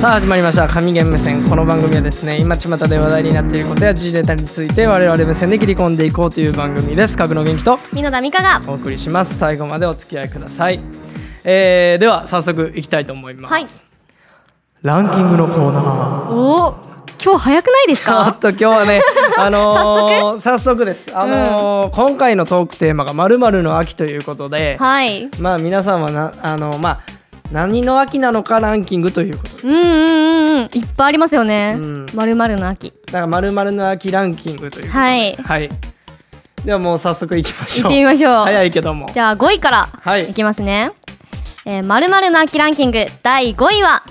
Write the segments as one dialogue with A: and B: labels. A: さあ始まりました神ゲーム目線この番組はですね今巷で話題になっていることや時事ネタについて我々目線で切り込んでいこうという番組です株の元気と
B: 美濃田美香が
A: お送りします最後までお付き合いください、えー、では早速いきたいと思います、
B: はい
A: ランキングのコーナー
B: おお今日早くないです
A: ちょ
B: か
A: っと今日はね、 あのー、早速です、あのー今回のトークテーマが「まるの秋」ということで、
B: はい
A: まあ皆さんはなあのまあ何の秋なのかランキングということ
B: うんうんうんうんいっぱいありますよね
A: うん
B: まるまるの秋
A: だからまるの秋ランキングということで
B: はい
A: はい、ではもう早速いきましょう
B: 行ってみましょう
A: 早いけども
B: じゃあ5位から
A: はい
B: いきますねえーまるまるの秋ランキング第5位は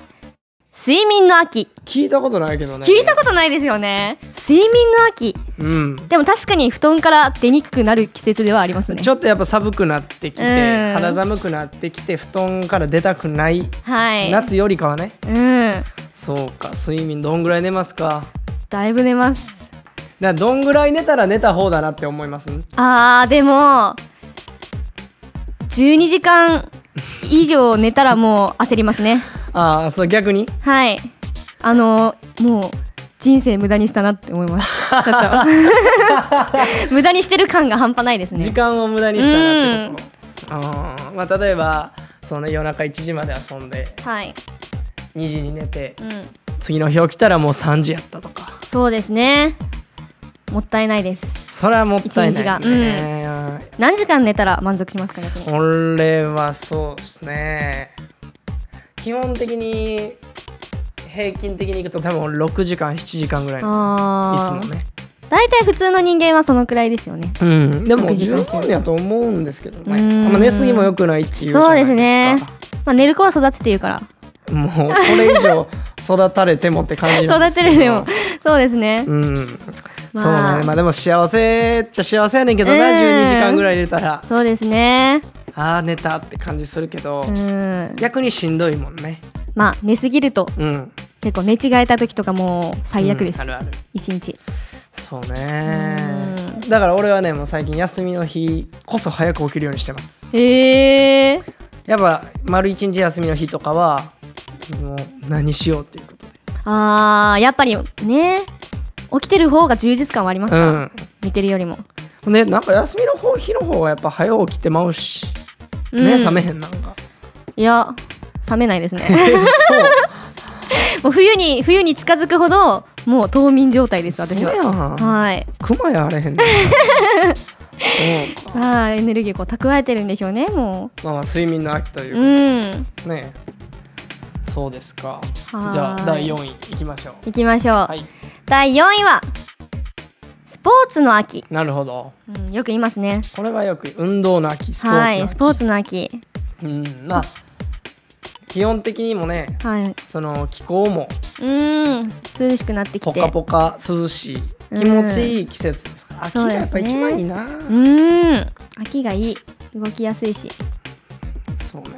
B: 睡眠の秋
A: 聞いたことないけどね
B: 聞いたことないですよね睡眠の秋
A: うん
B: でも確かに布団から出にくくなる季節ではありますね
A: ちょっとやっぱ寒くなってきて、
B: うん
A: 肌寒くなってきて布団から出たくない
B: はい
A: 夏よりかはね
B: うん
A: そうか睡眠どんぐらい寝ますか
B: だいぶ寝ます
A: だからどんぐらい寝たら寝た方だなって思います
B: あーでも12時間以上寝たらもう焦りますね
A: ああそう逆に
B: はいあのもう人生無駄にしたなって思いま すちょっと無駄にしてる感が半端ないです
A: 時
B: ね
A: 間を無駄にしたなってこと、あーまあ、例えばその夜中1時まで遊んで
B: はい、
A: 2時に寝て
B: うん、
A: 次の日起きたらもう3時やったとか
B: そうですねもったいないです
A: それはもったいないね、
B: 何時間寝たら満足しますか逆に
A: 俺はそうですね基本的に平均的にいくと多分6時間7時間ぐらいのいつ
B: あ
A: も
B: あ
A: ね
B: 大体普通の人間はそのくらいですよね
A: うん、でも
B: 6時
A: 十
B: 間
A: 分やと思うんですけどね。
B: うん
A: あんま寝すぎも良くないっていうじゃ
B: そ
A: ない
B: うで
A: ですす
B: ね
A: か。
B: まあ寝る子は育てて言うから
A: もうこれ以上育たれてもって感じなんで
B: 育
A: すけ
B: て
A: ど。
B: るのもそうですね
A: うん。
B: まあ
A: そうね。まあでも幸せっちゃ幸せやねんけどな、
B: うん
A: 12時間ぐらい寝たら、
B: そうですね
A: ああ寝たって感じするけど、
B: うん
A: 逆にしんどいもんね。
B: まあ寝すぎると
A: うん。
B: 結構寝違えた時とかもう最悪です
A: うんあるある。
B: 一、日
A: そうね
B: う。
A: だから俺はね、もう最近休みの日こそ早く起きるようにしてます。
B: えー、
A: やっぱ丸一日休みの日とかはもう何しようっていうことで
B: あーやっぱりね起きてる方が充実感はありますから、寝てるよりも、
A: うんねなんか休みの方日の方はやっぱ早起きてまうし
B: う
A: 目
B: ん
A: 覚めへんなん か、
B: いや冷めないですね
A: え
B: もう冬に冬に近づくほどもう冬眠状態です
A: そう
B: 私
A: そうや
B: は
A: ん
B: はい
A: 熊やあれへ んねんそうか
B: あーエネルギーこう蓄えてるんでしょうねも
A: まあまあ睡眠の秋というう
B: うん
A: ねそうですかじ
B: ーい
A: ゃあ第4位いきましょう
B: いきましょう、
A: はい
B: 第4位はスポーツの秋、
A: なるほど
B: うん、よく言いますね
A: これはよく運動の秋スポーツの
B: は
A: 秋、
B: い、スポーツの秋。
A: うんまあ基本的にもね
B: はい。
A: その気候も
B: うーん、涼しくなってき
A: ポ
B: て。
A: カポカ涼しい気持ちいい季節ですから、秋
B: そう
A: が
B: ですね
A: やっぱ一番いいなそう,、
B: うーん、秋がいい。動きやすいし。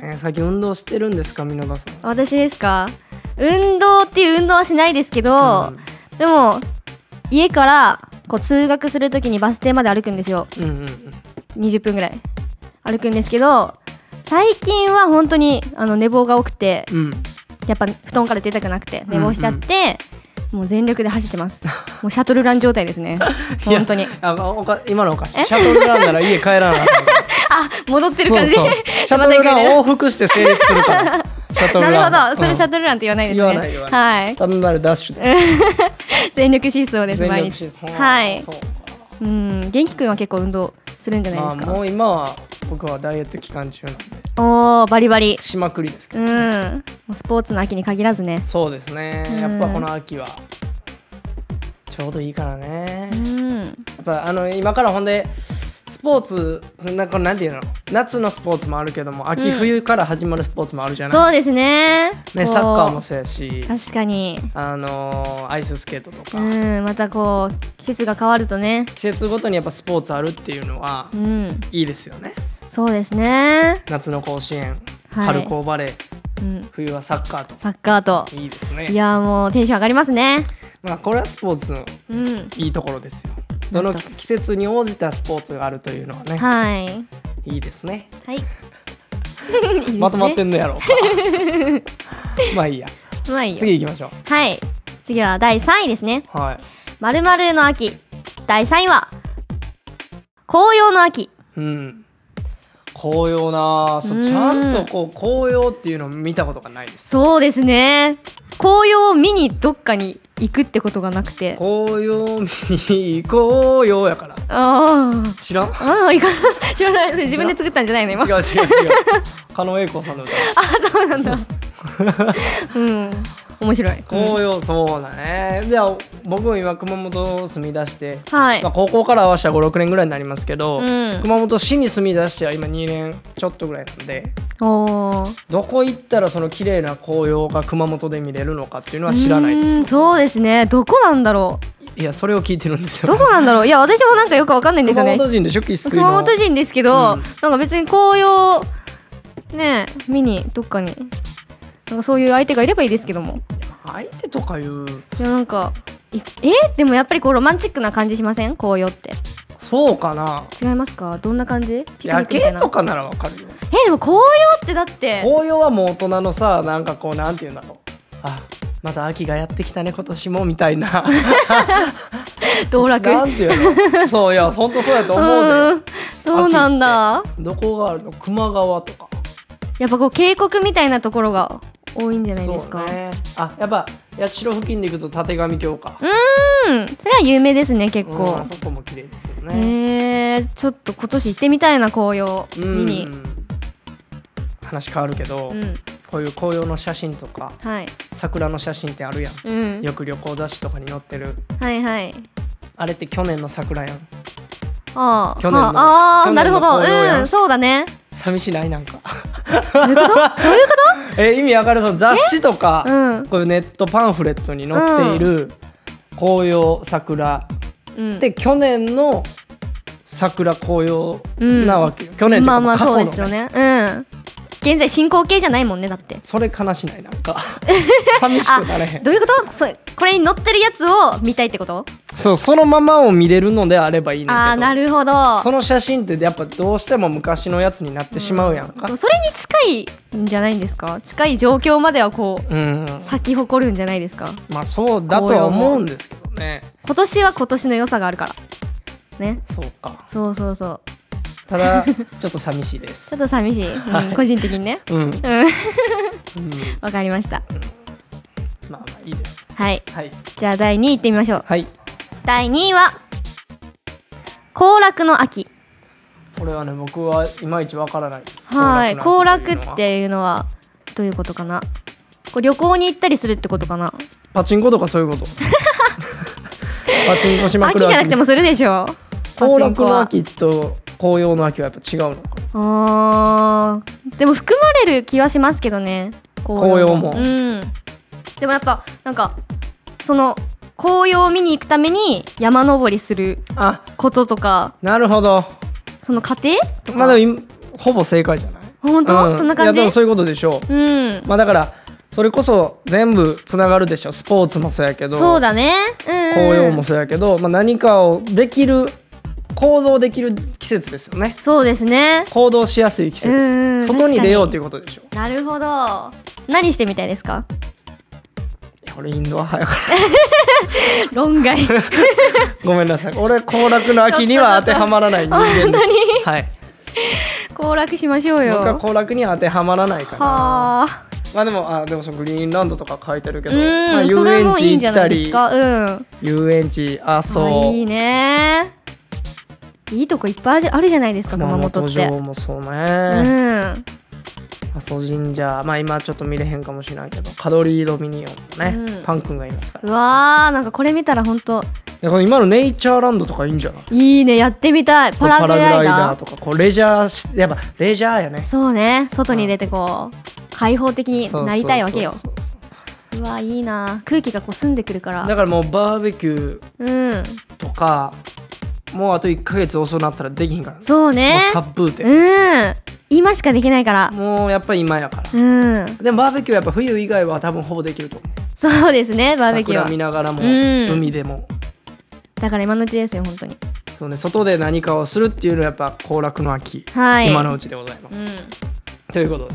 A: ね最近運動してるんですか皆さん
B: 私ですか運動っていう運動はしないですけど、でも、家からこう通学するときにバス停まで歩くんですよ。
A: うん、うんうんうん
B: 20分ぐらい。歩くんですけど、最近は本当にあの寝坊が多くて、
A: うん
B: やっぱ布団から出たくなくて、寝坊しちゃって、もう全力で走ってます。もうシャトルラン状態ですね。本当に。
A: あおか今のおかしいシャトルランなら家帰らなあかん
B: あ、戻ってる
A: そう
B: 感じで。
A: そうシ ャトルラン往復して成立するからシャトルラン
B: なるほど、それシャ
A: ト
B: トルランって言わないですね。
A: 言わない言わな
B: はい、
A: 単なるダッシュです
B: 全力疾走です、
A: 全
B: 毎
A: 力
B: 日
A: 疾。走
B: はい
A: そうか
B: うん、元気くんは結構運動するんじゃない
A: まあ
B: ですか
A: も。う今は僕はダイエット期間中なんで
B: おお、バリバリ。
A: しまくりですけ
B: う
A: ど、
B: ん、もうスポーツの秋に限らずね。
A: そうですね
B: うん
A: やっぱこの秋はちょうどいいからね、
B: うん、
A: やっぱあの今からほんでスポーツなんかなんていうの夏のスポーツもあるけども秋
B: うん
A: 冬から始まるスポーツもあるじゃない、
B: そうですね。
A: ね、
B: こう
A: サッカーもそうやし、
B: 確かに。
A: あのーアイススケートとか、
B: うん、またこう、季節が変わるとね。
A: 季節ごとにやっぱスポーツあるっていうのは
B: うん、
A: いいですよね
B: そうですね。
A: 夏の甲子園、
B: はい
A: 春高バレー
B: うん、
A: 冬はサッカーと
B: サッカーと。
A: いいですね
B: いやーもうテンション上がりますね。
A: まあこれはスポーツの
B: うん。
A: いいところですよどの
B: なんと
A: 季節に応じたスポーツがあるというのはね
B: はい。
A: いいですね
B: はい。いいです ね
A: まとまってんのやろうかまあいいや
B: まあいいよ
A: 次行きましょ
B: はい次は第3位ですね
A: うはい
B: まるまるの秋第3位は紅葉の秋
A: うん紅葉なあそううんちゃんとこう紅葉っていうのを見たことがないです
B: そうですね紅葉を見にどっかに行くってことがなくて
A: 紅葉見に行こうよやから
B: あー
A: 知らん
B: あーいかない 知らないそれ自分で作ったんじゃないの
A: 違う違
B: 今
A: う違う狩野英孝さんの歌
B: そうなんだうん面白い、うん
A: 紅葉そうだねじゃあ僕も今熊本住み出して、
B: はい
A: まあ、高校から合わせた56年ぐらいになりますけど、
B: うん
A: 熊本市に住み出しては今2年ちょっとぐらいなんで
B: おー
A: どこ行ったらその綺麗な紅葉が熊本で見れるのかっていうのは知らないです
B: うーんそうですねどこなんだろ
A: いやそれを聞いてるんです
B: う
A: よ
B: どこなんだろういや私もなんかよくわかんないんです
A: 熊
B: よね
A: 本人でしょ生粋の
B: 熊本人ですけど、
A: うん
B: なんか別に紅葉ねえ見にどっかになんかそういう相手がいればいいですけども
A: 相手とかいう
B: いやなんかいえでもやっぱりこうロマンチックな感じしません紅葉って
A: そうかな
B: 違いますかどんな感じピクニッ
A: 夜
B: クみた
A: 景
B: いな
A: とかならわかるよ
B: えでも紅葉ってだって
A: 紅葉はもう大人のさなんかこうなんていうんだろうあまた秋がやってきたね今年もみたいな
B: 道楽
A: なんていうのそういや本当そうやと思うね
B: んそうなんだ
A: どこがあるの球磨川とか
B: やっぱこう渓谷みたいなところが多いんじゃないですかう,、
A: そうねあやっぱ八代付近で行くと立上橋か
B: んそれは有名ですね結
A: うん
B: 構
A: あそこも綺麗ですよ
B: へ
A: ね、
B: えー、ちょっと今年行ってみたいな紅葉
A: う
B: 見
A: ん
B: に
A: 話変わるけど、
B: うん
A: こういう紅葉の写真とか
B: はい
A: 桜の写真ってあるやん
B: うん
A: よく旅行雑誌とかに載ってる
B: はいはい
A: あれって去年の桜やん
B: ああ
A: 去年の
B: ああ
A: 去年
B: ー
A: の
B: なるほど
A: 紅葉やん
B: うんそうだね
A: 寂しないなんか
B: どういうことどういうこ
A: え意味わかるその雑誌とか、
B: とうん
A: こういうネットパンフレットに載っている紅葉桜
B: うん
A: で去年の桜紅葉なわけよ、去年と
B: ま
A: か
B: あま
A: も
B: あ
A: 過去の、
B: そうですよねうん現在進行形じゃないもんねだって
A: それ悲しないなん か寂しくなれへん
B: どういうことそこれに載ってるやつを見たいってこと
A: そうそのままを見れるのであればいいねんけど
B: ああなるほど
A: その写真ってやっぱどうしても昔のやつになってしまうやんか
B: それに近いんじゃないんですか近い状況まではこう
A: うん、
B: 咲き誇るんじゃないですか
A: まあそうだとは思うんですけどね
B: 今年は今年の良さがあるからね
A: そうか
B: そうそうそう
A: ただちょっと寂しいです
B: ちょっと寂しい、うん
A: はい
B: 個人的にね
A: うん、うん、
B: うんわかりました
A: まあまあいいです
B: はい
A: はい
B: じゃあ第2位いってみましょう
A: はい
B: 第2位は行楽の秋
A: これはね僕はいまいちわからないです
B: はい行
A: 行
B: 楽
A: 楽
B: っ
A: っていうのは
B: ていうのはどういうことかなこう旅行に行ったりするってことかな
A: パチンコとかそういうこと パチンコしまく
B: 秋
A: る
B: じゃなくてもするでしょ
A: 行楽の
B: パチン
A: 秋と紅葉の秋はやっぱ違うのか
B: コはあーでも含まれる気はしますけどね
A: 紅葉も
B: うんでもやっぱなんかその紅葉を見に行くために山登りする
A: なあ
B: こととか
A: なるほど
B: その過程とか、
A: まあでも今ほぼ正解じゃない
B: 本当、
A: うん
B: そんな感
A: いやでも
B: じ
A: そういうことでしょ
B: うん
A: うまあだからそれこそ全部つながるでしょスポーツもそうやけど
B: そうだね、うんうん
A: 紅葉もそうやけど、まあ、何かをできる行動できる季節ですよね
B: そうですね
A: 行動しやすい季
B: うんうん
A: 節外に出ようということでしょい
B: なるほど何してみたいですか
A: や俺インドア派やから
B: 論 外
A: ごめんなさい俺行楽の秋には当てはまらない人間 ですはい
B: 行楽しましょう
A: 僕は
B: よ
A: 行楽には当てはまらないかな
B: はあ
A: まあでもあでもそのグリーンランドとか書いてるけ
B: う
A: ど、まあ、
B: ん、そ
A: 遊
B: れ
A: 園
B: もい
A: 地
B: いんじ
A: 行
B: ゃ
A: っ
B: な
A: た
B: いです
A: り
B: かうん
A: 遊園地阿
B: あい
A: 蘇
B: いねいいとこいっぱいあるじゃないですか熊
A: 熊
B: 本
A: 本
B: って
A: 城もそう
B: う
A: ね、
B: ん、
A: 阿蘇神社まあ今ちょっと見れへんかもしれないけどカドリー・ドミニオンもね、
B: うん
A: パン君がいますから
B: うわーなんかこれ見たら本当
A: でこの今のネイチャーランドとかいいんじゃない
B: いいねやってみたいパラグライダー
A: とかこうレジャーしやっぱレジャーやね
B: そうね外に出てこう開放的になりたいわけよ
A: そうそうそうそう
B: うわいいな空気がこう澄んでくるか
A: だ
B: ら
A: からもうバーベキュー
B: うん
A: とかもうあと1か月遅なったらできひんから、
B: そうね
A: もう殺風
B: う
A: 景、
B: ん今しかできないから
A: もうやっぱり今やから
B: うん
A: でもバーベキューはやっぱ冬以外は多分ほぼできると思う
B: そうですねバーベキュー
A: 桜見な
B: は
A: がらも、
B: うん
A: 海でも
B: だから今のうちですよ本当に
A: そうね外で何かをするっていうのはやっぱ行楽の秋、
B: はい
A: 今のうちでございま
B: う
A: す、
B: ん
A: ということで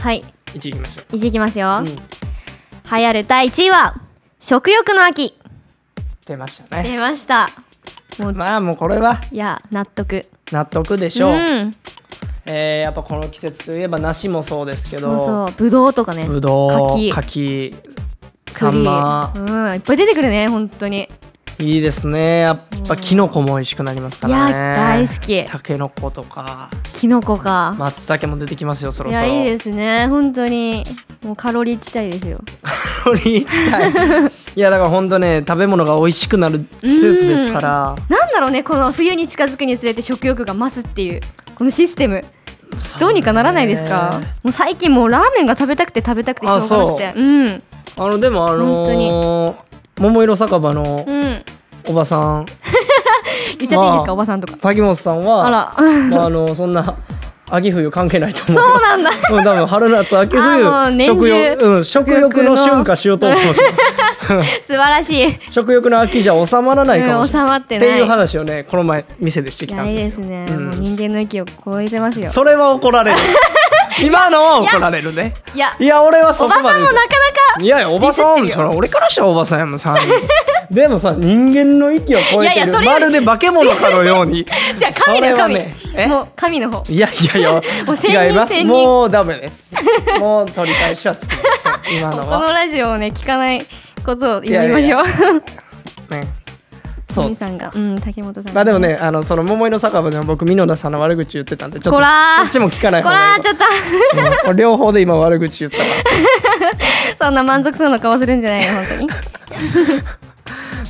B: はい
A: 1位いきましょ
B: いじいきますよ、
A: う、うん
B: 流行る第1位は食欲の秋
A: 出ましたね
B: 出ましたもう、
A: まあもうこれはい
B: や納得
A: 納得でしょう、
B: うん、
A: えーやっぱこの季節といえば梨もそうですけど
B: そうそうぶどうとかね
A: ぶどう
B: 柿
A: 柿サ
B: 栗
A: ンマ
B: うんいっぱい出てくるね本当に
A: いいですねやっぱキノコも美味しくなりますからね
B: いや大好き
A: タケノコとか
B: キノコか、
A: 松茸も出てきますよそろ
B: い
A: そろ
B: やいい
A: す
B: ですね本当にもうカロリー地帯ですよ
A: いやだから本当ね食べ物が美味しくなる季節ですから
B: なんだろうねこの冬に近づくにつれて食欲が増すっていうこのシステムどうにかならないですか、
A: ね
B: もう最近もうラーメンが食べたくて食べたくてしょうがな
A: あ
B: くてうんうん
A: あのでもあのー桃色酒場の
B: 言っ
A: おばさん、
B: ちゃっていいですか、
A: まあ
B: おばさんとか
A: 滝本さんは
B: あら そう
A: まあ、あのそんな秋冬関係ないと思うよ
B: なんだ
A: うん多分春夏秋
B: あもう
A: 冬
B: 年
A: 食
B: 中
A: 欲、うん、食欲の春夏秋冬か もしれない
B: 素晴らしい
A: 食欲の秋じゃ収まらないか
B: う
A: も
B: ん
A: し
B: 収
A: れない、
B: まって
A: っ
B: な
A: て
B: い
A: いう話をねこの前店でして
B: い
A: きた
B: や
A: ん
B: いい
A: で
B: ですす
A: よ
B: ね、
A: うん
B: もう人間の域を超えてますよ
A: それは怒ら れる今のは怒られるね
B: いや
A: いや俺はそ
B: お
A: こ
B: ばさん
A: ま
B: も
A: で
B: なかなか
A: いやいやおばさ
B: ディスっ
A: ん
B: て
A: そ
B: るよ
A: ら俺からしたらおばさんやもん3人 でもさ人間の域を超え
B: い
A: て
B: やい
A: る
B: やそれよ
A: ま
B: り
A: るで化け物かのよ うに
B: じゃあ神
A: それ
B: の
A: は
B: 神、
A: ねえ
B: もう神の方
A: いやいやいや
B: もう千人
A: 違いま
B: 千
A: す
B: 人
A: もうダメです もう取り返しはつきません今
B: こ
A: の
B: こ
A: は
B: のラジオをね聞かないことを
A: いや
B: 言
A: い
B: い
A: や
B: ま
A: い
B: し
A: や
B: ょう。
A: ねそ
B: ミ
A: う
B: さんが、うん、竹本さんが。
A: まあでもねあのその桃井の酒場でも僕美濃田さんの悪口言ってたんでちょっと
B: こらー
A: そっちも聞かない
B: こ
A: 方
B: ら
A: がい
B: ー
A: い
B: ちょっと
A: うん俺両方で今悪口言ったから
B: そんな満足そうな顔するんじゃないの本当に。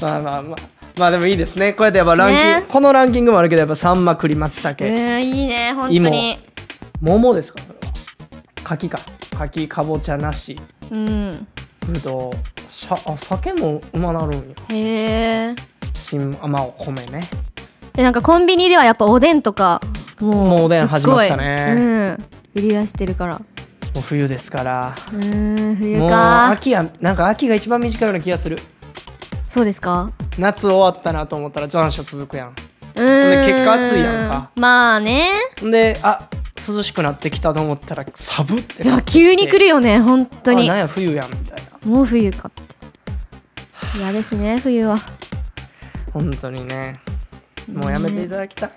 A: まあまあまあまあでもいいですねこうやってやっぱランキング、
B: ね
A: このランキングもあるけどやっぱサンマ栗松茸、
B: うんいいね本当に。
A: 桃ですかそれは柿か柿かぼちゃなし
B: うん。
A: ぶどうしゃあ酒もうまなるんよ
B: へえ。
A: 新あまあお米ね
B: でなんかコンビニではやっぱおでんとかもう
A: もうおでん始まったね
B: すっごいうん。売り出してるから。
A: もう冬ですから
B: うーん冬
A: もう
B: か。
A: 秋やなんか秋が一番短いような気がする
B: そうですか。
A: 夏終わったなと思ったら残暑続くやん
B: うーん。
A: 結果暑いやんか
B: まあね。
A: んであ涼しくなってきたと思ったら寒って
B: いや急に来るよね本当に
A: あ。なんや冬やんみたいな
B: もう冬かって。嫌ですね冬は。
A: 本当にねもうやめていただき たい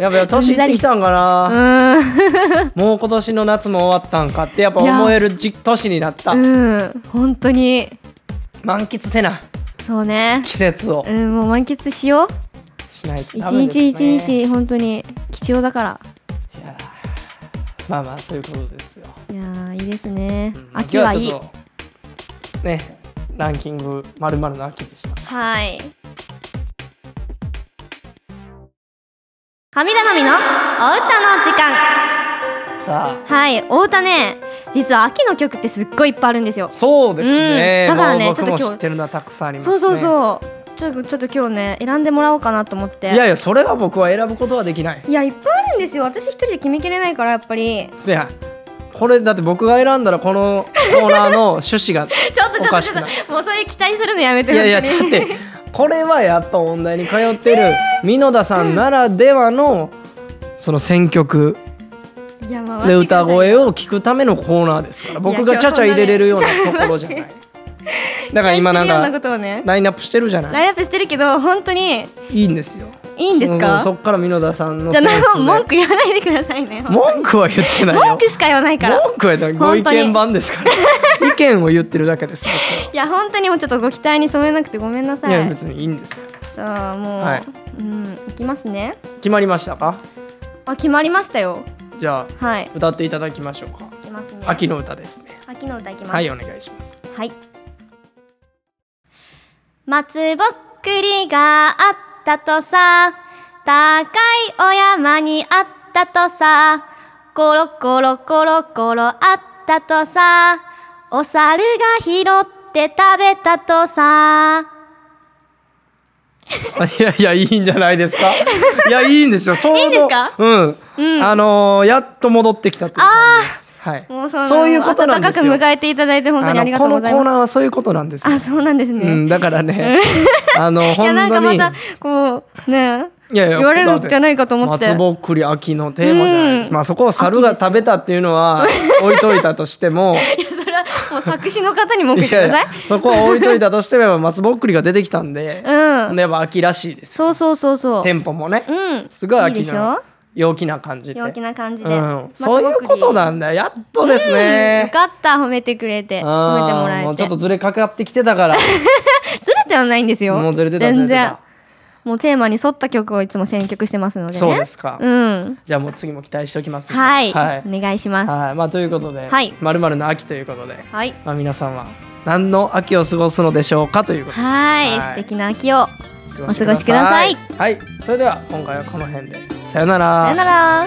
A: やべえ年いってきたんか
B: う
A: な、
B: ーん。
A: もう今年の夏も終わったんかってやっぱ
B: いや
A: 思えるじ年になった、
B: うん、本当に。
A: 満喫せな
B: そうね。
A: 季節を
B: うん、もう満喫しよう。
A: しないと
B: 一
A: ダメです、ね、
B: 日一日、本当に貴重だから。
A: いやーまあまあそういうことですよ、
B: いやー、いいですね
A: うん。
B: 秋はいい
A: 今日。はちょっとねランキングまるまるの秋でした
B: はい。神頼みのお歌の時間。
A: さあ
B: はい、お歌ね、実は秋の曲ってすっごいいっぱいあるんですよ。
A: そうですね、
B: うんだからね
A: もう僕も
B: ちょっと今
A: 知
B: 日
A: ってるのはたくさんあります
B: そ
A: ね
B: うそうそう。ちょっと、ちょっと今日ね、選んでもらおうかなと思って。
A: いやいやそれは僕は選ぶことはできない
B: いや、いっぱいあるんですよ。私一人で決めきれないから、やっぱり。
A: そやこれだって僕が選んだらこのコーナーの趣旨 が
B: ちょっと
A: お
B: ちょ
A: か
B: っと
A: し
B: ち
A: く
B: ょっ
A: ない
B: ともうそういう期待するのやめて
A: いやいやだ
B: 本当
A: っ
B: に
A: てこれはやっぱ音大に通ってる美濃田さんならではのその選曲
B: いやまあ
A: で歌声を聞くためのコーナーですから僕がちゃちゃ入れれるようなところじゃないだから今な
B: 今なん
A: ん
B: かなこ
A: か
B: とをね
A: ラインナップしてるじゃな
B: ライ
A: い
B: ンアップしてるけど本当に
A: いいんですよ
B: いいんですか
A: そうそうそっから美濃田さんの
B: じ
A: セ
B: ゃあ
A: ンス
B: 何も文
A: で
B: 句言わないでくださいね
A: 文句は言ってない
B: 文
A: よ
B: 句しか言わないから
A: 文句は言ってないご意
B: 本当に
A: 見版ですから 意見を言ってるだけです僕はい
B: や本当にもうちょっとご期待に添えなくてごめんないさ
A: や
B: い
A: 別にいいんですよ
B: じゃあもう、
A: はい
B: うんいきますね
A: 決まりましたか
B: あ決まりましたよ
A: じゃあ
B: はい
A: 歌っていただきましょうか
B: いきますね
A: 秋の歌ですね
B: 秋の歌いきます
A: はいお願いします
B: はい。松ぼっくりがあったとさ、高いお山にあったとさ、コロコロコロコロあったとさ、お猿が拾って食べたとさ。
A: いやいやいいんじゃないです かいやいいんですよ相当
B: いいんですか
A: うん、
B: うん
A: あのーやっと戻ってきたという感じですはい
B: もうその
A: いうことなんですよ
B: 温かく迎えていただいて本当にありがとうござい
A: あのこのコー
B: ま
A: ナーはそういうことなんです
B: す。
A: よ
B: あ、そうなんですね。
A: うん、だからねあの
B: い
A: 本
B: や、なん
A: 当
B: かま
A: に
B: た、こう、ね
A: いやいや
B: 言われるんじゃないかと思って
A: 松ぼっくり秋のテーマじゃないです
B: うん
A: まあそこを猿が食べたっていうのは置いといたとしても
B: いや、それははもう作詞の方に文句言ってください
A: そこは置いといたとしてもやっぱ松ぼっくりが出てきたんで、
B: うん
A: やっぱ秋らしいです
B: そうそうそうそう
A: テンポもね、
B: うん
A: すごい
B: いい
A: 秋
B: でし
A: の
B: ょ
A: 陽気な感じで
B: 陽気な感じで、
A: うん、
B: 松ぼ
A: そう
B: っ
A: い
B: く
A: う
B: り
A: ことなんだよやっとです
B: うんよ
A: ね、
B: かった褒めてくれて
A: うん、
B: 褒めてもらえて
A: もうちょっとずれかかってきてたから
B: ずれてはないんですよ
A: もうずれてた
B: 全
A: ずれて
B: 然
A: た
B: もうテーマに沿った曲をいつも選曲してますのでね
A: そうですか
B: うん
A: じゃあもう次も期待しておきますんで
B: はい、
A: はい
B: お願いします
A: はいまあ、ということで
B: はい
A: 「まるまるの秋」ということで、
B: はい
A: まあ、皆さんは何の秋を過ごすのでしょうかということで
B: はい
A: はい
B: 素敵な秋をさ
A: 過
B: お過ごしください
A: はいそれでは今回はこの辺でさよな
B: よなら